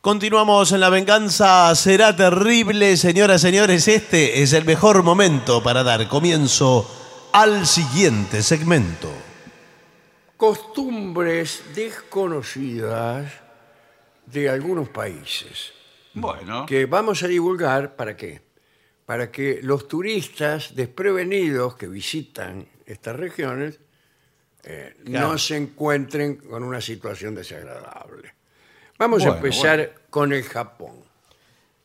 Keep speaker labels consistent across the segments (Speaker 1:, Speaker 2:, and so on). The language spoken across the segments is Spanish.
Speaker 1: Continuamos en la venganza, será terrible, señoras, señores. Este es el mejor momento para dar comienzo al siguiente segmento.
Speaker 2: Costumbres desconocidas de algunos países
Speaker 3: Bueno.
Speaker 2: que vamos a divulgar para qué? Para que los turistas desprevenidos que visitan estas regiones eh,
Speaker 1: Claro.
Speaker 2: no se encuentren con una situación desagradable. Vamos a
Speaker 3: Bueno,
Speaker 2: empezar con el Japón.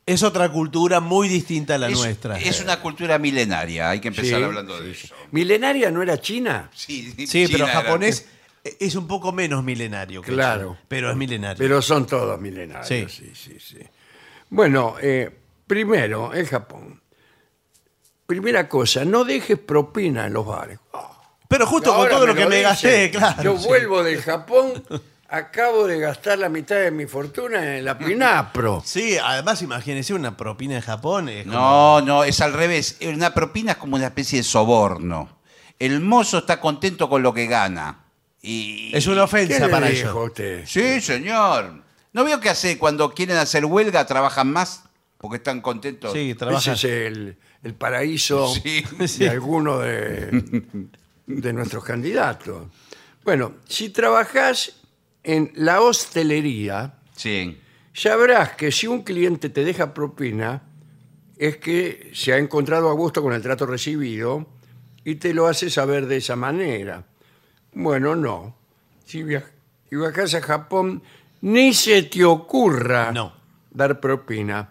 Speaker 1: Es otra cultura muy distinta a la
Speaker 3: es,
Speaker 1: nuestra.
Speaker 3: es una cultura milenaria, hay que empezar
Speaker 2: Sí,
Speaker 3: hablando de
Speaker 2: sí,
Speaker 3: eso.
Speaker 2: sí. ¿Milenaria no era China?
Speaker 3: Sí,
Speaker 1: Sí,
Speaker 3: China
Speaker 1: pero
Speaker 3: era-
Speaker 1: japonés es un poco menos milenario. que
Speaker 2: Claro.
Speaker 1: China, pero es milenario.
Speaker 2: Pero son todos milenarios. Sí,
Speaker 1: Sí.
Speaker 2: sí, sí. Bueno, eh, primero, el Japón. Primera cosa, no dejes propina en los bares.
Speaker 1: Pero justo con
Speaker 2: Ahora
Speaker 1: todo lo que me
Speaker 2: dicen.
Speaker 1: gasté, claro.
Speaker 2: Yo
Speaker 1: sí.
Speaker 2: vuelvo del Japón, acabo de gastar la mitad de mi fortuna en la Pinapro.
Speaker 1: Sí, además imagínese una propina en Japón. es como-
Speaker 3: No, no, es al revés. Una propina es como una especie de soborno. El mozo está contento con lo que gana. Y...
Speaker 1: es una
Speaker 2: ¿Qué
Speaker 1: ofensa
Speaker 2: le
Speaker 1: para
Speaker 2: dijo a
Speaker 1: ellos.
Speaker 2: usted?
Speaker 3: Sí, señor. ¿No veo qué hace cuando quieren hacer huelga? ¿Trabajan más? Porque están contentos.
Speaker 1: Sí,
Speaker 2: Ese
Speaker 1: trabaja.
Speaker 2: es el, el paraíso
Speaker 3: Sí.
Speaker 2: de alguno de, de nuestros candidatos. Bueno, si trabajás en la hostelería,
Speaker 3: Sí.
Speaker 2: sabrás que si un cliente te deja propina, es que se ha encontrado a gusto con el trato recibido y te lo hace saber de esa manera. Bueno, no. Si viaj- si viajas a Japón, ni se te ocurra
Speaker 1: No.
Speaker 2: dar propina.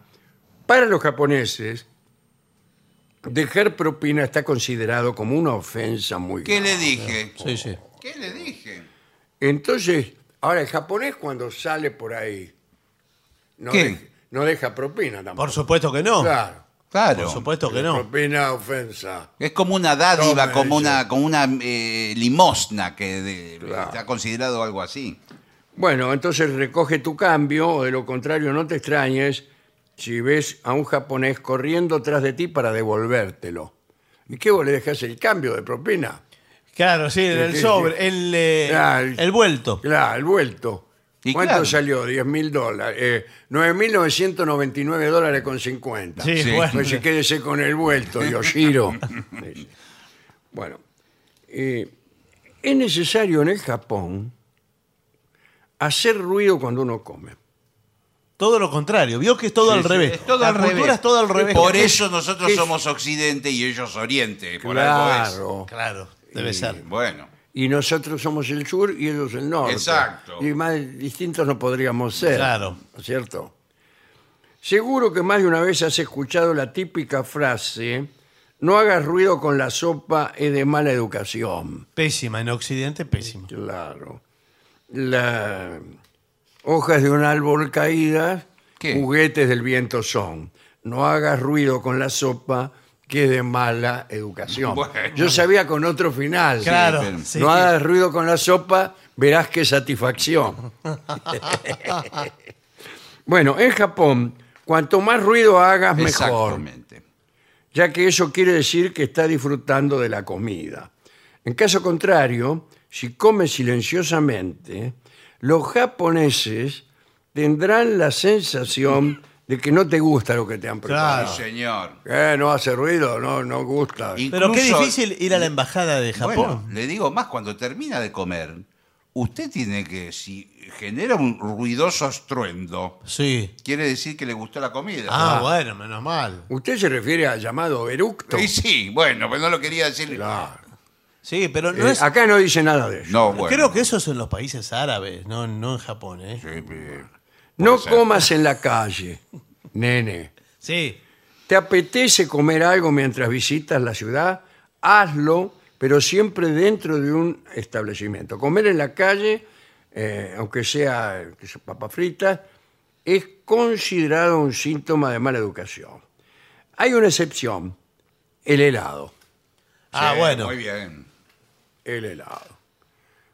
Speaker 2: Para los japoneses, dejar propina está considerado como una ofensa muy
Speaker 3: ¿Qué
Speaker 2: grave.
Speaker 3: le dije?
Speaker 1: Sí, sí.
Speaker 2: Oh.
Speaker 3: ¿Qué le dije?
Speaker 2: Entonces, ahora el japonés cuando sale por ahí no,
Speaker 3: ¿Qué?
Speaker 2: deja, no deja propina tampoco.
Speaker 1: Por supuesto que no.
Speaker 2: Claro.
Speaker 1: Por
Speaker 3: Claro.
Speaker 1: supuesto que no.
Speaker 2: Propina ofensa.
Speaker 3: Es como una dádiva,
Speaker 2: Tome,
Speaker 3: como
Speaker 2: dice.
Speaker 3: una, como una eh, limosna que de-
Speaker 2: Claro.
Speaker 3: está considerado algo así.
Speaker 2: Bueno, entonces recoge tu cambio o de lo contrario no te extrañes si ves a un japonés corriendo tras de ti para devolvértelo. ¿Y qué vos le dejás el cambio de propina?
Speaker 1: Claro, sí, el
Speaker 2: sí,
Speaker 1: sobre, el, eh,
Speaker 2: Ah,
Speaker 1: el, vuelto.
Speaker 2: Claro, el vuelto.
Speaker 3: Y
Speaker 2: ¿Cuánto
Speaker 3: claro.
Speaker 2: salió? 10 mil dólares. Eh, 9.999 dólares con 50.
Speaker 1: Sí,
Speaker 3: Sí.
Speaker 1: bueno.
Speaker 2: Pues quédese con el vuelto, Yoshiro. Sí. bueno, eh, es necesario en el Japón hacer ruido cuando uno come.
Speaker 1: Todo lo contrario. Vio que es todo al revés.
Speaker 3: Es todo
Speaker 1: La
Speaker 3: al
Speaker 1: cultura
Speaker 3: revés.
Speaker 1: es todo al revés.
Speaker 3: Por eso nosotros
Speaker 2: ¿Qué es?
Speaker 3: somos Occidente y ellos Oriente. Por
Speaker 2: Claro.
Speaker 3: algo
Speaker 1: Claro, debe
Speaker 3: es.
Speaker 1: ser.
Speaker 3: Bueno.
Speaker 2: Y nosotros somos el sur y ellos el norte.
Speaker 3: Exacto.
Speaker 2: Y más distintos no podríamos ser.
Speaker 1: Claro.
Speaker 2: ¿no es ¿Cierto? Seguro que más de una vez has escuchado la típica frase: no hagas ruido con la sopa, es de mala educación.
Speaker 1: Pésima, en Occidente pésima.
Speaker 2: Claro. Las hojas de un árbol caídas,
Speaker 3: ¿Qué?
Speaker 2: juguetes del viento son. No hagas ruido con la sopa, que es de mala educación.
Speaker 3: Bueno.
Speaker 2: Yo sabía con otro final.
Speaker 1: Claro.
Speaker 3: pero-
Speaker 1: sí.
Speaker 2: No hagas ruido con la sopa, verás qué satisfacción. bueno, en Japón, cuanto más ruido hagas, mejor
Speaker 3: Exactamente.
Speaker 2: ya que eso quiere decir que está disfrutando de la comida. En caso contrario, si comes silenciosamente, los japoneses tendrán la sensación de que no te gusta lo que te han preparado.
Speaker 3: Sí, señor.
Speaker 2: Eh, no hace ruido, no, no gusta.
Speaker 1: Pero qué
Speaker 3: Incluso-
Speaker 1: difícil ir a la embajada de
Speaker 3: Bueno,
Speaker 1: Japón.
Speaker 3: le digo más, cuando termina de comer, usted tiene que, si genera un ruidoso estruendo,
Speaker 1: Sí.
Speaker 3: quiere decir que le gustó la comida.
Speaker 1: Ah, bueno, menos mal.
Speaker 2: Usted se refiere al llamado eructo.
Speaker 3: Y sí, bueno, pero no lo quería decir.
Speaker 2: Claro.
Speaker 1: Sí, pero no
Speaker 2: Eh,
Speaker 1: es.
Speaker 2: Acá no dice nada de eso.
Speaker 3: No, ah, bueno.
Speaker 1: Creo que eso es en los países árabes, no, no en Japón, ¿eh?
Speaker 3: Sí, eh,
Speaker 2: No
Speaker 3: puede ser.
Speaker 2: comas en la calle, nene.
Speaker 1: Sí.
Speaker 2: ¿Te apetece comer algo mientras visitas la ciudad? Hazlo, pero siempre dentro de un establecimiento. Comer en la calle, eh, aunque sea eh, qué sé, papas fritas, es considerado un síntoma de mala educación. Hay una excepción, el helado.
Speaker 1: Ah,
Speaker 3: sí,
Speaker 1: bueno.
Speaker 3: Muy bien.
Speaker 2: El helado.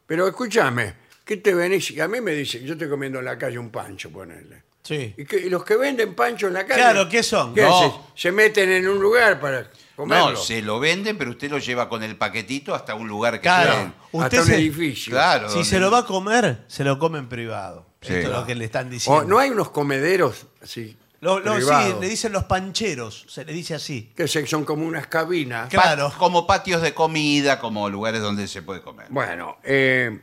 Speaker 2: Pero escúchame, ¿qué te venís? Y a mí me dicen, yo estoy comiendo en la calle un pancho, ponele.
Speaker 1: Sí.
Speaker 2: ¿Y, qué- y los que venden pancho en la calle?
Speaker 1: Claro, ¿qué son?
Speaker 2: ¿Qué
Speaker 3: No.
Speaker 2: hacen? Se meten en un lugar para comerlo.
Speaker 3: No, se lo venden, pero usted lo lleva con el paquetito hasta un lugar que
Speaker 1: Claro.
Speaker 3: sea-
Speaker 1: Usted
Speaker 2: hasta un
Speaker 1: se-
Speaker 2: edificio.
Speaker 3: Claro.
Speaker 1: Si
Speaker 3: donde-
Speaker 1: se lo va a comer, se lo come en privado.
Speaker 3: Sí.
Speaker 1: Esto es lo que le están diciendo.
Speaker 2: O, no hay unos comederos así.
Speaker 1: Lo- lo- sí,
Speaker 2: privados,
Speaker 1: le dicen los pancheros, se le dice así.
Speaker 2: que se- son como unas cabinas.
Speaker 1: Qué- Claro.
Speaker 3: Pa- como patios de comida, como lugares donde se puede comer.
Speaker 2: Bueno, eh,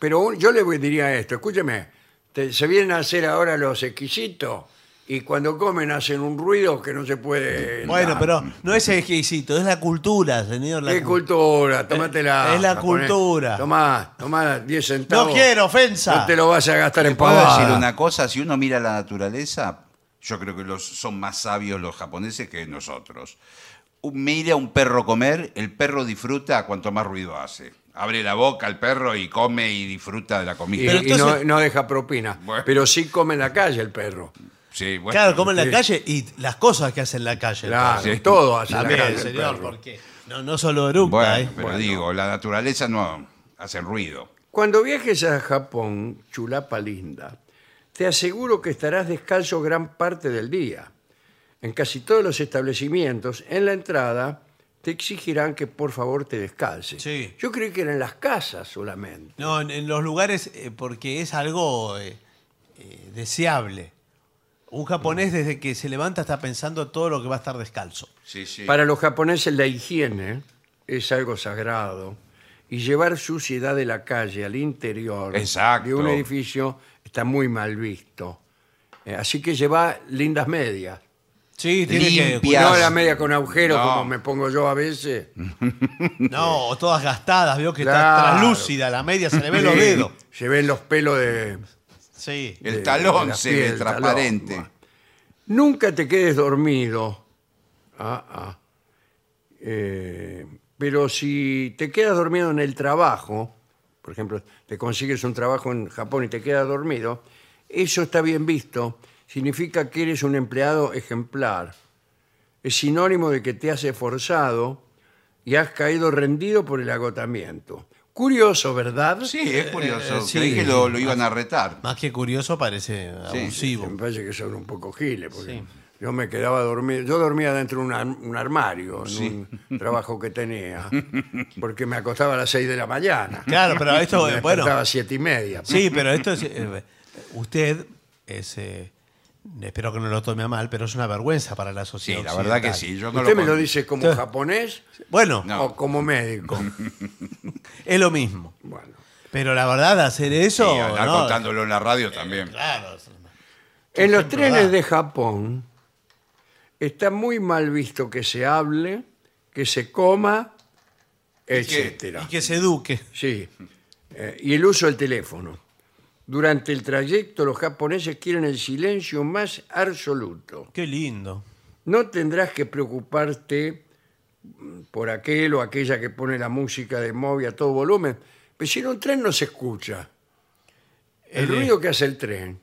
Speaker 2: pero un- yo le voy- diría esto, escúcheme, te- se vienen a hacer ahora los exquisitos y cuando comen hacen un ruido que no se puede...
Speaker 1: Bueno,
Speaker 2: dar.
Speaker 1: pero no es exquisito, es la cultura, señor. la
Speaker 2: ¿Qué
Speaker 1: cu-
Speaker 2: cultura? Tómatela.
Speaker 1: es la
Speaker 2: japonés.
Speaker 1: cultura.
Speaker 2: Tomá, tomá 10 centavos.
Speaker 1: No quiero ofensa.
Speaker 2: No te lo vas a gastar en
Speaker 3: ¿Puedo
Speaker 1: Ah.
Speaker 2: pavada.
Speaker 3: decir una cosa? Si uno mira la naturaleza, yo creo que los, son más sabios los japoneses que nosotros. Un- Mira a un perro comer, el perro disfruta cuanto más ruido hace. Abre la boca el perro y come y disfruta de la
Speaker 2: Y,
Speaker 3: comida.
Speaker 2: y
Speaker 1: Pero
Speaker 2: no-
Speaker 1: entonces-
Speaker 2: no, deja propina.
Speaker 3: Bueno.
Speaker 2: Pero sí come en la calle el perro.
Speaker 3: Sí, bueno.
Speaker 1: Claro, como en
Speaker 2: Sí.
Speaker 1: la calle y las cosas que hace en la calle.
Speaker 2: Claro,
Speaker 3: Sí.
Speaker 2: todo hace en la calle
Speaker 1: También,
Speaker 2: el
Speaker 1: señor,
Speaker 2: perro.
Speaker 1: porque no, no solo eructa,
Speaker 3: Bueno,
Speaker 1: ¿eh?
Speaker 3: pero digo, la naturaleza no hace ruido.
Speaker 2: Cuando viajes a Japón, chulapa linda, te aseguro que estarás descalzo gran parte del día. En casi todos los establecimientos, en la entrada, te exigirán que por favor te descalces.
Speaker 1: Sí.
Speaker 2: Yo creí que eran las casas solamente.
Speaker 1: No, en, en los lugares, eh, porque es algo eh, eh, deseable. Un japonés desde que se levanta está pensando todo lo que va a estar descalzo.
Speaker 3: Sí, sí.
Speaker 2: Para los japoneses la higiene es algo sagrado y llevar suciedad de la calle al interior
Speaker 3: Exacto.
Speaker 2: de un edificio está muy mal visto. Eh, Así que lleva lindas medias.
Speaker 1: Sí, tiene que...
Speaker 3: Limpia.
Speaker 2: No la media con agujeros
Speaker 3: No.
Speaker 2: como me pongo yo a veces.
Speaker 1: No, o todas gastadas, veo que está
Speaker 2: Claro.
Speaker 1: translúcida, la media se le ve los dedos.
Speaker 2: Se ven los pelos de...
Speaker 1: Sí.
Speaker 3: el
Speaker 2: de- de
Speaker 3: talón
Speaker 2: Eh, la
Speaker 3: se
Speaker 2: piel,
Speaker 3: ve
Speaker 2: el talón.
Speaker 3: transparente.
Speaker 2: Nunca te quedes dormido. Ah, ah. Eh, pero si te quedas dormido en el trabajo, por ejemplo, te consigues un trabajo en Japón y te quedas dormido, eso está bien visto. Significa que eres un empleado ejemplar. Es sinónimo de que te has esforzado y has caído rendido por el agotamiento. Curioso, ¿verdad?
Speaker 3: Sí, es curioso.
Speaker 1: Eh, sí.
Speaker 3: Creí que lo, lo iban a retar.
Speaker 1: Más que curioso parece
Speaker 3: Sí.
Speaker 1: abusivo.
Speaker 2: Me parece que son un poco giles, porque yo me quedaba dormido. Yo dormía dentro de un, ar- un armario, en un trabajo que tenía, porque me acostaba a las 6 de la mañana.
Speaker 1: Claro, pero esto,
Speaker 2: me
Speaker 1: eh, bueno...
Speaker 2: despertaba a 7 y media.
Speaker 1: Sí, pero esto es... eh, usted es... eh, espero que no lo tome a mal, pero es una vergüenza para la
Speaker 3: Sí,
Speaker 1: sociedad
Speaker 3: la verdad que
Speaker 1: occidental.
Speaker 3: sí. Yo no
Speaker 2: ¿Usted me
Speaker 3: puedo-
Speaker 2: lo dice como
Speaker 1: Yo-
Speaker 2: japonés
Speaker 1: Bueno,
Speaker 3: No.
Speaker 2: o como médico?
Speaker 1: es lo mismo.
Speaker 2: Bueno.
Speaker 1: Pero la verdad, hacer
Speaker 3: Sí,
Speaker 1: eso...
Speaker 3: andar
Speaker 1: no, Eh,
Speaker 3: contándolo en la radio también.
Speaker 1: Claro.
Speaker 2: En los
Speaker 1: siempre
Speaker 2: trenes
Speaker 1: da.
Speaker 2: de Japón está muy mal visto que se hable, que se coma, etcétera.
Speaker 1: Y que se eduque.
Speaker 2: Sí. Eh, y el uso del teléfono. Durante el trayecto los japoneses quieren el silencio más absoluto.
Speaker 1: Qué lindo.
Speaker 2: No tendrás que preocuparte mm, por aquel o aquella que pone la música de móvil a todo volumen. Pero si en un tren no se escucha. El,
Speaker 1: El-
Speaker 2: ruido que hace el tren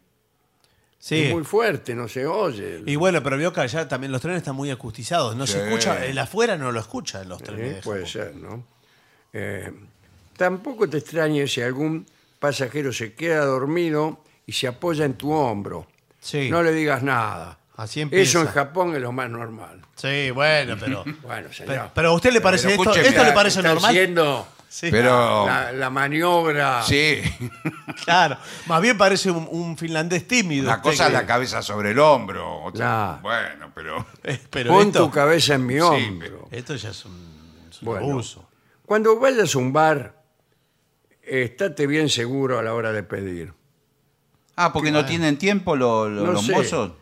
Speaker 1: Sí.
Speaker 2: es muy fuerte, no se oye.
Speaker 1: Y bueno, pero vio que allá también los trenes están muy acustizados. No
Speaker 3: Sí. pues.
Speaker 1: se escucha, el afuera no lo escuchan los
Speaker 2: ¿Eh?
Speaker 1: trenes. de
Speaker 2: Puede
Speaker 1: Japón.
Speaker 2: ser, ¿no? Eh, tampoco te extrañes si algún pasajero se queda dormido y se apoya en tu hombro.
Speaker 1: Sí.
Speaker 2: No le digas nada.
Speaker 1: Así empieza.
Speaker 2: Eso en Japón es lo más normal.
Speaker 1: Sí, bueno, pero.
Speaker 2: Bueno, señor.
Speaker 1: pero, pero a usted le parece
Speaker 3: Pero
Speaker 1: esto.
Speaker 3: escúcheme,
Speaker 1: ¿Esto le
Speaker 3: ah,
Speaker 1: parece
Speaker 2: Está
Speaker 1: normal?
Speaker 2: haciendo
Speaker 1: Sí,
Speaker 3: Pero.
Speaker 2: la, la maniobra.
Speaker 3: Sí,
Speaker 1: claro. Más bien parece un, un finlandés tímido.
Speaker 3: una
Speaker 1: usted
Speaker 3: cosa es
Speaker 1: que-
Speaker 3: la cabeza sobre el hombro. otra-
Speaker 2: Claro.
Speaker 3: Bueno, pero.
Speaker 1: Eh, Pero
Speaker 2: Pon
Speaker 1: esto,
Speaker 2: tu cabeza en mi hombro.
Speaker 3: pero-
Speaker 1: esto ya es un, es un
Speaker 2: Bueno.
Speaker 1: abuso.
Speaker 2: Cuando vayas a un bar, estate bien seguro a la hora de pedir.
Speaker 3: Ah, porque no tienen tiempo lo- lo-
Speaker 2: No
Speaker 3: los
Speaker 2: sé.
Speaker 3: mozos.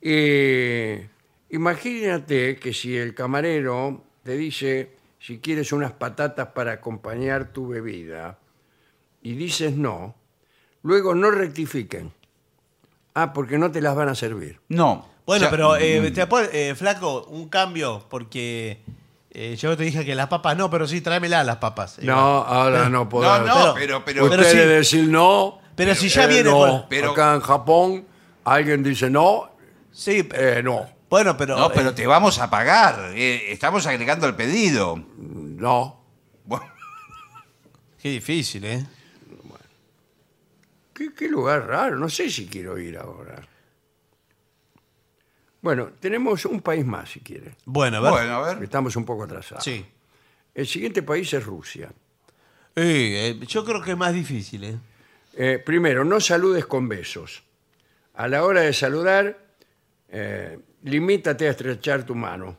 Speaker 2: Eh, imagínate que si el camarero te dice si quieres unas patatas para acompañar tu bebida y dices no, luego no rectifiquen. Ah, porque no te las van a servir.
Speaker 3: No.
Speaker 1: Bueno,
Speaker 3: O sea,
Speaker 1: pero, eh, te apu- eh, Flaco, un cambio, porque eh, yo te dije que las papas no, pero sí, tráemela las papas.
Speaker 2: No, ahora no podrás.
Speaker 3: No, no, pero, pero,
Speaker 1: Usted-
Speaker 2: Ustedes
Speaker 1: sí.
Speaker 2: decir no. eh,
Speaker 1: Pero si ya viene
Speaker 2: no.
Speaker 1: con-
Speaker 3: pero-
Speaker 2: Acá en Japón alguien dice no,
Speaker 1: Sí, pero-
Speaker 2: eh, no,
Speaker 1: bueno, pero.
Speaker 3: no, pero
Speaker 1: eh,
Speaker 3: te vamos a pagar. eh, estamos agregando el pedido.
Speaker 2: no.
Speaker 3: Bueno,
Speaker 1: qué difícil, ¿eh?
Speaker 2: Qué, qué lugar raro, no sé si quiero ir ahora. Bueno, tenemos un país más, si quiere.
Speaker 1: Bueno, a ver.
Speaker 3: bueno, a ver.
Speaker 2: Estamos un poco atrasados.
Speaker 1: Sí.
Speaker 2: El siguiente país es Rusia.
Speaker 1: Sí, eh, yo creo que es más difícil, ¿eh?
Speaker 2: Eh, primero, no saludes con besos. A la hora de saludar, eh, limítate a estrechar tu mano.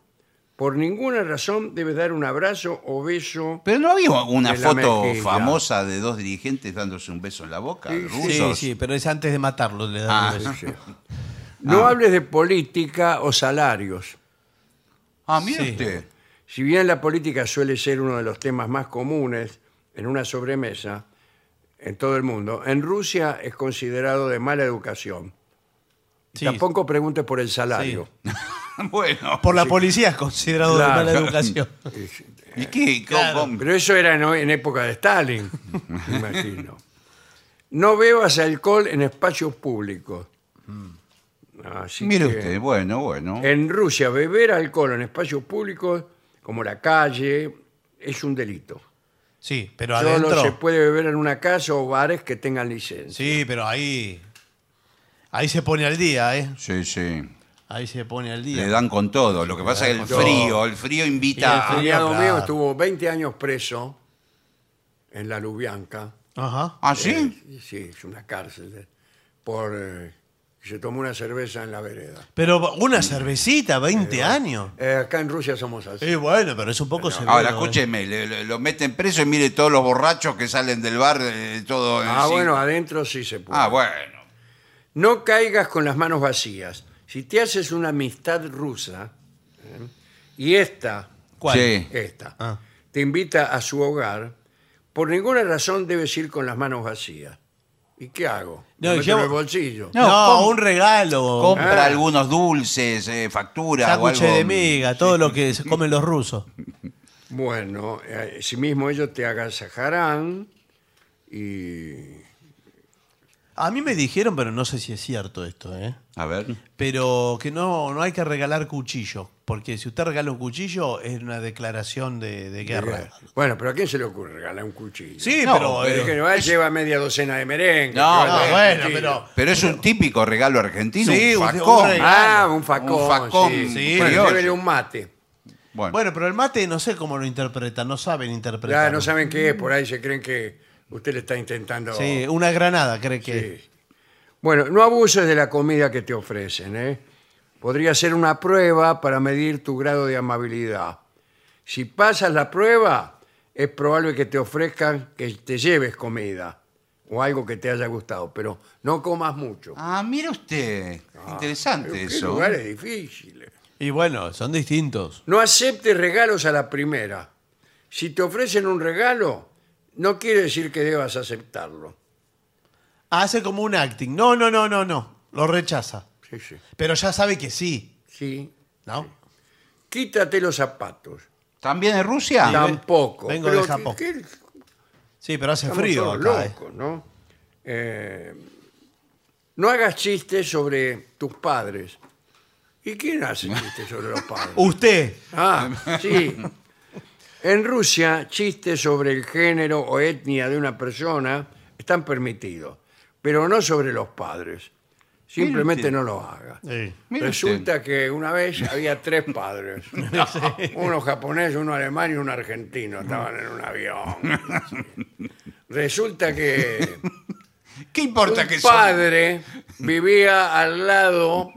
Speaker 2: Por ninguna razón debes dar un abrazo o beso.
Speaker 3: Pero no había una
Speaker 2: De la
Speaker 3: foto
Speaker 2: mejilla.
Speaker 3: famosa de dos dirigentes dándose un beso en la boca,
Speaker 2: Sí, sí.
Speaker 1: Sí,
Speaker 3: rusos.
Speaker 1: sí, pero es antes de matarlo. Le dan
Speaker 3: Ah.
Speaker 1: un beso.
Speaker 2: No hables de política o salarios.
Speaker 3: Ah, mire
Speaker 1: Sí.
Speaker 3: usted.
Speaker 2: Si bien la política suele ser uno de los temas más comunes en una sobremesa en todo el mundo, en Rusia es considerado de mala educación.
Speaker 1: Sí.
Speaker 2: Tampoco preguntes por el salario.
Speaker 3: Bueno.
Speaker 1: Por la policía es considerado de
Speaker 2: Claro.
Speaker 1: mala educación.
Speaker 3: ¿Y qué? ¿Cómo-
Speaker 1: Claro.
Speaker 3: cómo?
Speaker 2: Pero eso era en, en época de Stalin, me imagino. No bebas alcohol en espacios públicos. Así
Speaker 3: Mire
Speaker 2: que-
Speaker 3: usted, bueno, bueno.
Speaker 1: Eh.
Speaker 2: En Rusia, beber alcohol en espacios públicos, como la calle, es un delito.
Speaker 1: Sí, pero
Speaker 2: Solo se
Speaker 1: adentro.
Speaker 2: puede beber en una casa o bares que tengan licencia.
Speaker 1: Sí, pero ahí. Ahí se pone al día, ¿eh?
Speaker 3: Sí, sí.
Speaker 1: Ahí se pone al
Speaker 3: Le
Speaker 1: día.
Speaker 3: dan con todo. Lo que pasa es que el
Speaker 1: con todo.
Speaker 3: frío, el frío invita.
Speaker 1: Y
Speaker 2: Un
Speaker 1: el frío-
Speaker 2: cuñado
Speaker 1: claro.
Speaker 2: mío Ah, estuvo 20 años preso en la Lubianca.
Speaker 1: Ajá.
Speaker 3: ¿Ah, sí?
Speaker 2: Eh, sí, es una cárcel. eh, Por eh, que se tomó una cerveza en la vereda.
Speaker 1: Pero una cervecita, 20 años.
Speaker 2: Eh, acá en Rusia somos así.
Speaker 1: Sí, bueno, pero es un poco severo.
Speaker 3: Ahora,
Speaker 1: ¿eh?
Speaker 3: escúcheme, le- le- lo meten preso y mire todos los borrachos que salen del bar, eh, todo.
Speaker 2: ah,
Speaker 3: sí.
Speaker 2: bueno, adentro sí se puede.
Speaker 3: Ah, bueno.
Speaker 2: No caigas con las manos vacías. Si te haces una amistad rusa ¿eh? y esta,
Speaker 1: ¿Cuál?
Speaker 3: Sí.
Speaker 2: esta,
Speaker 1: Ah.
Speaker 2: te invita a su hogar, por ninguna razón debes ir con las manos vacías. ¿Y qué hago?
Speaker 1: No,
Speaker 2: No, meto
Speaker 1: llevo-
Speaker 2: en el bolsillo.
Speaker 1: No,
Speaker 3: No, com-
Speaker 1: un regalo.
Speaker 3: Compra
Speaker 2: Ah.
Speaker 3: algunos dulces, eh, factura o algo.
Speaker 1: Sándwiches de miga, todo lo que se comen los rusos.
Speaker 2: Bueno, eh, si mismo ellos te agasajarán y
Speaker 1: A mí me dijeron, pero no sé si es cierto esto, ¿eh?
Speaker 3: A ver.
Speaker 1: Pero que no, no hay que regalar cuchillo, porque si usted regala un cuchillo es una declaración de, de guerra.
Speaker 2: bueno, pero ¿a quién se le ocurre regalar un cuchillo?
Speaker 1: Sí,
Speaker 3: No,
Speaker 1: pero...
Speaker 2: Pero
Speaker 1: eh,
Speaker 2: que va, lleva media docena de merengue.
Speaker 3: No,
Speaker 2: lleva
Speaker 1: no,
Speaker 2: el
Speaker 1: bueno,
Speaker 2: cuchillo.
Speaker 1: pero...
Speaker 3: Pero es un típico regalo argentino,
Speaker 1: Sí,
Speaker 3: un
Speaker 1: un-
Speaker 3: facón.
Speaker 1: un regalo.
Speaker 2: Ah, un facón.
Speaker 3: Un facón,
Speaker 2: sí.
Speaker 1: sí.
Speaker 2: Bueno,
Speaker 3: criollo.
Speaker 2: llévele un mate.
Speaker 3: Bueno,
Speaker 1: Bueno, pero el mate no sé cómo lo interpretan, no saben interpretar.
Speaker 2: Ya no saben qué es, por ahí se creen que usted le está intentando.
Speaker 1: Sí, una granada, cree que...
Speaker 2: Sí. Bueno, no abuses de la comida que te ofrecen, ¿eh? Podría ser una prueba para medir tu grado de amabilidad. Si pasas la prueba, es probable que te ofrezcan que te lleves comida o algo que te haya gustado, pero no comas mucho.
Speaker 3: Ah, mire usted.
Speaker 2: Pero
Speaker 3: Interesante
Speaker 2: qué
Speaker 3: eso. ¿eh?
Speaker 2: lugares difíciles.
Speaker 1: Y bueno, son distintos.
Speaker 2: ¿eh? No aceptes regalos a la primera. Si te ofrecen un regalo, no quiere decir que debas aceptarlo.
Speaker 1: Hace como un acting. No, no, no, no, no. Lo rechaza.
Speaker 2: Sí, sí.
Speaker 1: Pero ya sabe que sí,
Speaker 2: Sí.
Speaker 1: ¿no?
Speaker 2: Quítate los zapatos.
Speaker 3: ¿También en Rusia?
Speaker 1: Sí.
Speaker 2: Tampoco.
Speaker 1: vengo de Japón.
Speaker 2: ¿qué- qué-
Speaker 1: Sí, pero hace
Speaker 2: estamos
Speaker 1: frío
Speaker 2: todos
Speaker 1: acá. ¿eh?
Speaker 2: locos, ¿no? Eh, no hagas chistes sobre tus padres. ¿Y quién hace chistes sobre los padres?
Speaker 1: Uh. Usted.
Speaker 2: Ah, sí. En Rusia, chistes sobre el género o etnia de una persona están permitidos, pero no sobre los padres. Simplemente
Speaker 3: Mire
Speaker 2: no los haga.
Speaker 1: Sí.
Speaker 3: Mire
Speaker 2: Resulta que una vez había tres padres. Uno japonés, uno alemán y uno argentino. Estaban en un avión. Resulta que
Speaker 3: ¿Qué importa que
Speaker 2: un
Speaker 3: sea?
Speaker 2: padre vivía al lado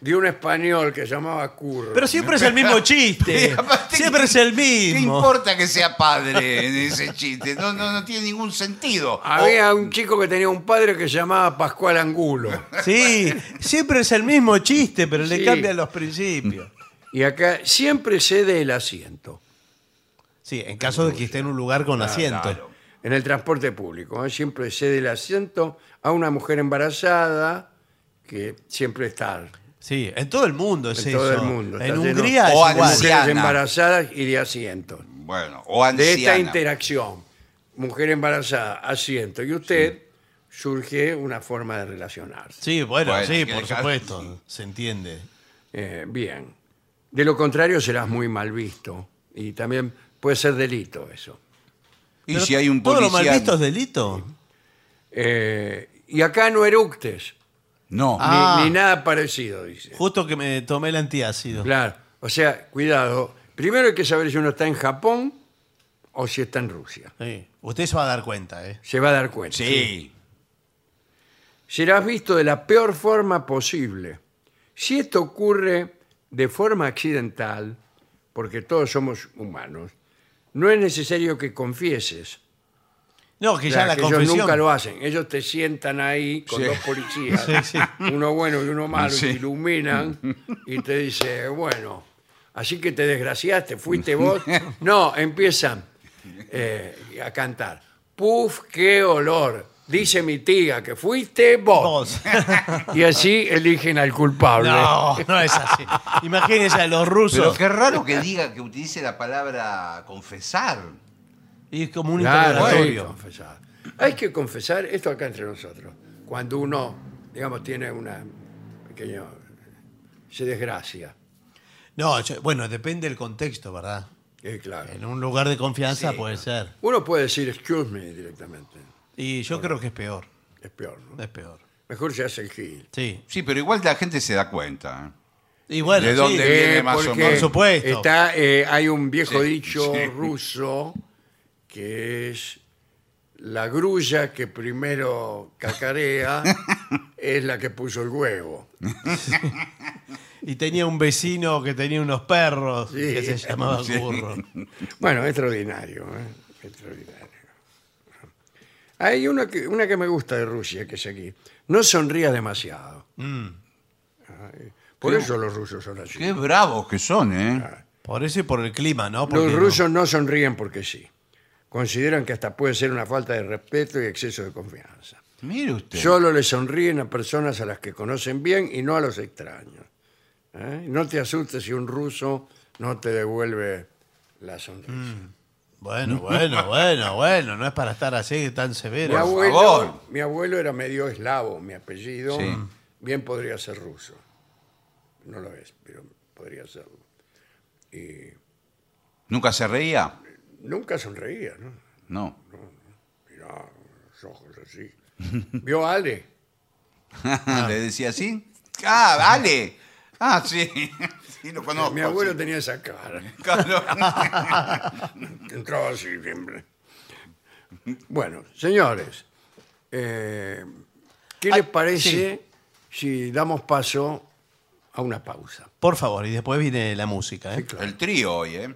Speaker 2: de un español que se llamaba Curro.
Speaker 1: Pero siempre es el mismo chiste.
Speaker 3: Aparte,
Speaker 1: siempre es el
Speaker 3: ¿Qué
Speaker 1: mismo.
Speaker 3: importa que sea padre en ese chiste? No, no, no tiene ningún sentido.
Speaker 2: Había un chico que tenía un padre que se llamaba Pascual Angulo.
Speaker 1: Sí, siempre es el mismo chiste, pero le
Speaker 2: Sí.
Speaker 1: cambian los principios.
Speaker 2: Y acá siempre cede el asiento
Speaker 1: Sí, en caso de que esté en un lugar con asiento.
Speaker 3: claro.
Speaker 2: en el transporte público. ¿eh? Siempre cede el asiento a una mujer embarazada que siempre está.
Speaker 1: Sí, en todo el mundo es
Speaker 2: En
Speaker 1: eso.
Speaker 2: todo el mundo, está
Speaker 1: En
Speaker 2: lleno-
Speaker 1: Hungría
Speaker 3: o
Speaker 1: es igual.
Speaker 3: ancianos.
Speaker 2: Mujeres
Speaker 3: Anciana.
Speaker 2: embarazadas y de asiento.
Speaker 3: O- bueno, o
Speaker 2: De esta
Speaker 3: anciana.
Speaker 2: interacción, mujer embarazada, asiento y usted, surge una forma de relacionarse.
Speaker 1: Sí, bueno,
Speaker 3: Bueno, hay
Speaker 1: sí,
Speaker 3: que
Speaker 1: por
Speaker 3: dejar-
Speaker 1: supuesto. Se entiende.
Speaker 2: Eh, bien. De lo contrario serás muy mal visto y también puede ser delito eso.
Speaker 3: y
Speaker 1: Pero
Speaker 3: si hay un
Speaker 1: ¿Todo lo mal
Speaker 3: policía...
Speaker 1: visto es delito?
Speaker 2: Eh, y acá no eructes,
Speaker 3: No.
Speaker 2: ni-
Speaker 1: Ah.
Speaker 2: ni, nada parecido, dice.
Speaker 1: Justo que me tomé el antiácido.
Speaker 2: Claro, o sea, cuidado. Primero hay que saber si uno está en Japón o si está en Rusia.
Speaker 1: Sí. Usted se va a dar cuenta, ¿eh?
Speaker 2: Se va a dar cuenta.
Speaker 3: Sí.
Speaker 2: Serás visto de la peor forma posible. Si esto ocurre de forma accidental, porque todos somos humanos, no es necesario que confieses.
Speaker 1: No, que
Speaker 2: O
Speaker 1: ya
Speaker 2: sea,
Speaker 1: la
Speaker 2: que
Speaker 1: confesión.
Speaker 2: ellos nunca lo hacen. Ellos te sientan ahí con
Speaker 3: Sí.
Speaker 2: dos policías,
Speaker 1: Sí, sí.
Speaker 2: uno bueno y uno malo,
Speaker 3: Sí.
Speaker 2: y te iluminan y te dice, bueno, así que te desgraciaste, fuiste vos. No, empiezan eh, a cantar. Puf, qué olor. Dice mi tía que fuiste vos.
Speaker 1: Vos.
Speaker 2: Y así eligen al culpable.
Speaker 1: No, no es así. Imagínense a los
Speaker 3: Pero
Speaker 1: rusos.
Speaker 3: qué raro que diga que utilice la palabra confesar.
Speaker 1: Y es como un
Speaker 2: Claro, hay que
Speaker 1: interrogatorio.
Speaker 2: confesar. Hay que confesar, esto acá entre nosotros, cuando uno, digamos, tiene una pequeña... se desgracia.
Speaker 1: No, yo- bueno, depende del contexto, ¿verdad?
Speaker 2: Eh, claro.
Speaker 1: En un lugar de confianza
Speaker 2: Sí.
Speaker 1: puede ser.
Speaker 2: Uno puede decir excuse me directamente.
Speaker 1: Y yo creo que es peor.
Speaker 2: Es peor, ¿no?
Speaker 1: Es peor.
Speaker 2: Mejor se hace el gil.
Speaker 1: Sí.
Speaker 3: Sí, pero igual la gente se da cuenta. ¿eh?
Speaker 1: Y bueno,
Speaker 3: ¿De
Speaker 1: sí.
Speaker 3: dónde viene? más o
Speaker 2: porque
Speaker 3: menos.
Speaker 1: Por supuesto.
Speaker 2: Está, eh, hay un viejo
Speaker 3: Sí,
Speaker 2: dicho
Speaker 3: sí.
Speaker 2: ruso que es la grulla que primero cacarea es la que puso el huevo.
Speaker 1: Y tenía un vecino que tenía unos perros
Speaker 2: Sí.
Speaker 1: que se llamaba Burro.
Speaker 2: Bueno, extraordinario, ¿eh? extraordinario. Hay una que, una que me gusta de Rusia, que es aquí. No sonrías demasiado.
Speaker 1: Mm.
Speaker 2: Ay, Por eso los rusos son así.
Speaker 3: Qué bravos que son,
Speaker 2: Ah.
Speaker 3: ¿eh?
Speaker 1: Por eso y por el clima, ¿no? Porque
Speaker 2: Los
Speaker 1: no-
Speaker 2: rusos no sonríen porque sí. Consideran que hasta puede ser una falta de respeto y exceso de confianza.
Speaker 3: Mire usted.
Speaker 2: Solo le sonríen a personas a las que conocen bien y no a los extraños. ¿Eh? No te asustes si un ruso no te devuelve la sonrisa.
Speaker 1: Bueno, bueno, bueno, bueno. No es para estar así tan
Speaker 2: Mi
Speaker 1: severo.
Speaker 3: Por
Speaker 2: abuelo,
Speaker 3: favor.
Speaker 2: mi abuelo era medio eslavo, mi apellido.
Speaker 3: Sí.
Speaker 2: Bien podría ser ruso. No lo es, pero podría serlo. Y
Speaker 3: ¿Nunca se reía?
Speaker 2: nunca sonreía, ¿no?
Speaker 3: No.
Speaker 2: Mirá, los ojos así. ¿Vio a Ale?
Speaker 3: ¿Le decía así? Ah, vale. Ah, sí. Sí, lo conozco.
Speaker 2: mi abuelo
Speaker 3: sí.
Speaker 2: tenía esa cara.
Speaker 3: Claro.
Speaker 2: Entraba así siempre. Bueno, señores, eh, ¿qué
Speaker 1: Ay,
Speaker 2: les parece si damos paso a una pausa?
Speaker 1: Por favor, y después viene la música, ¿eh?
Speaker 3: El trío hoy, ¿eh?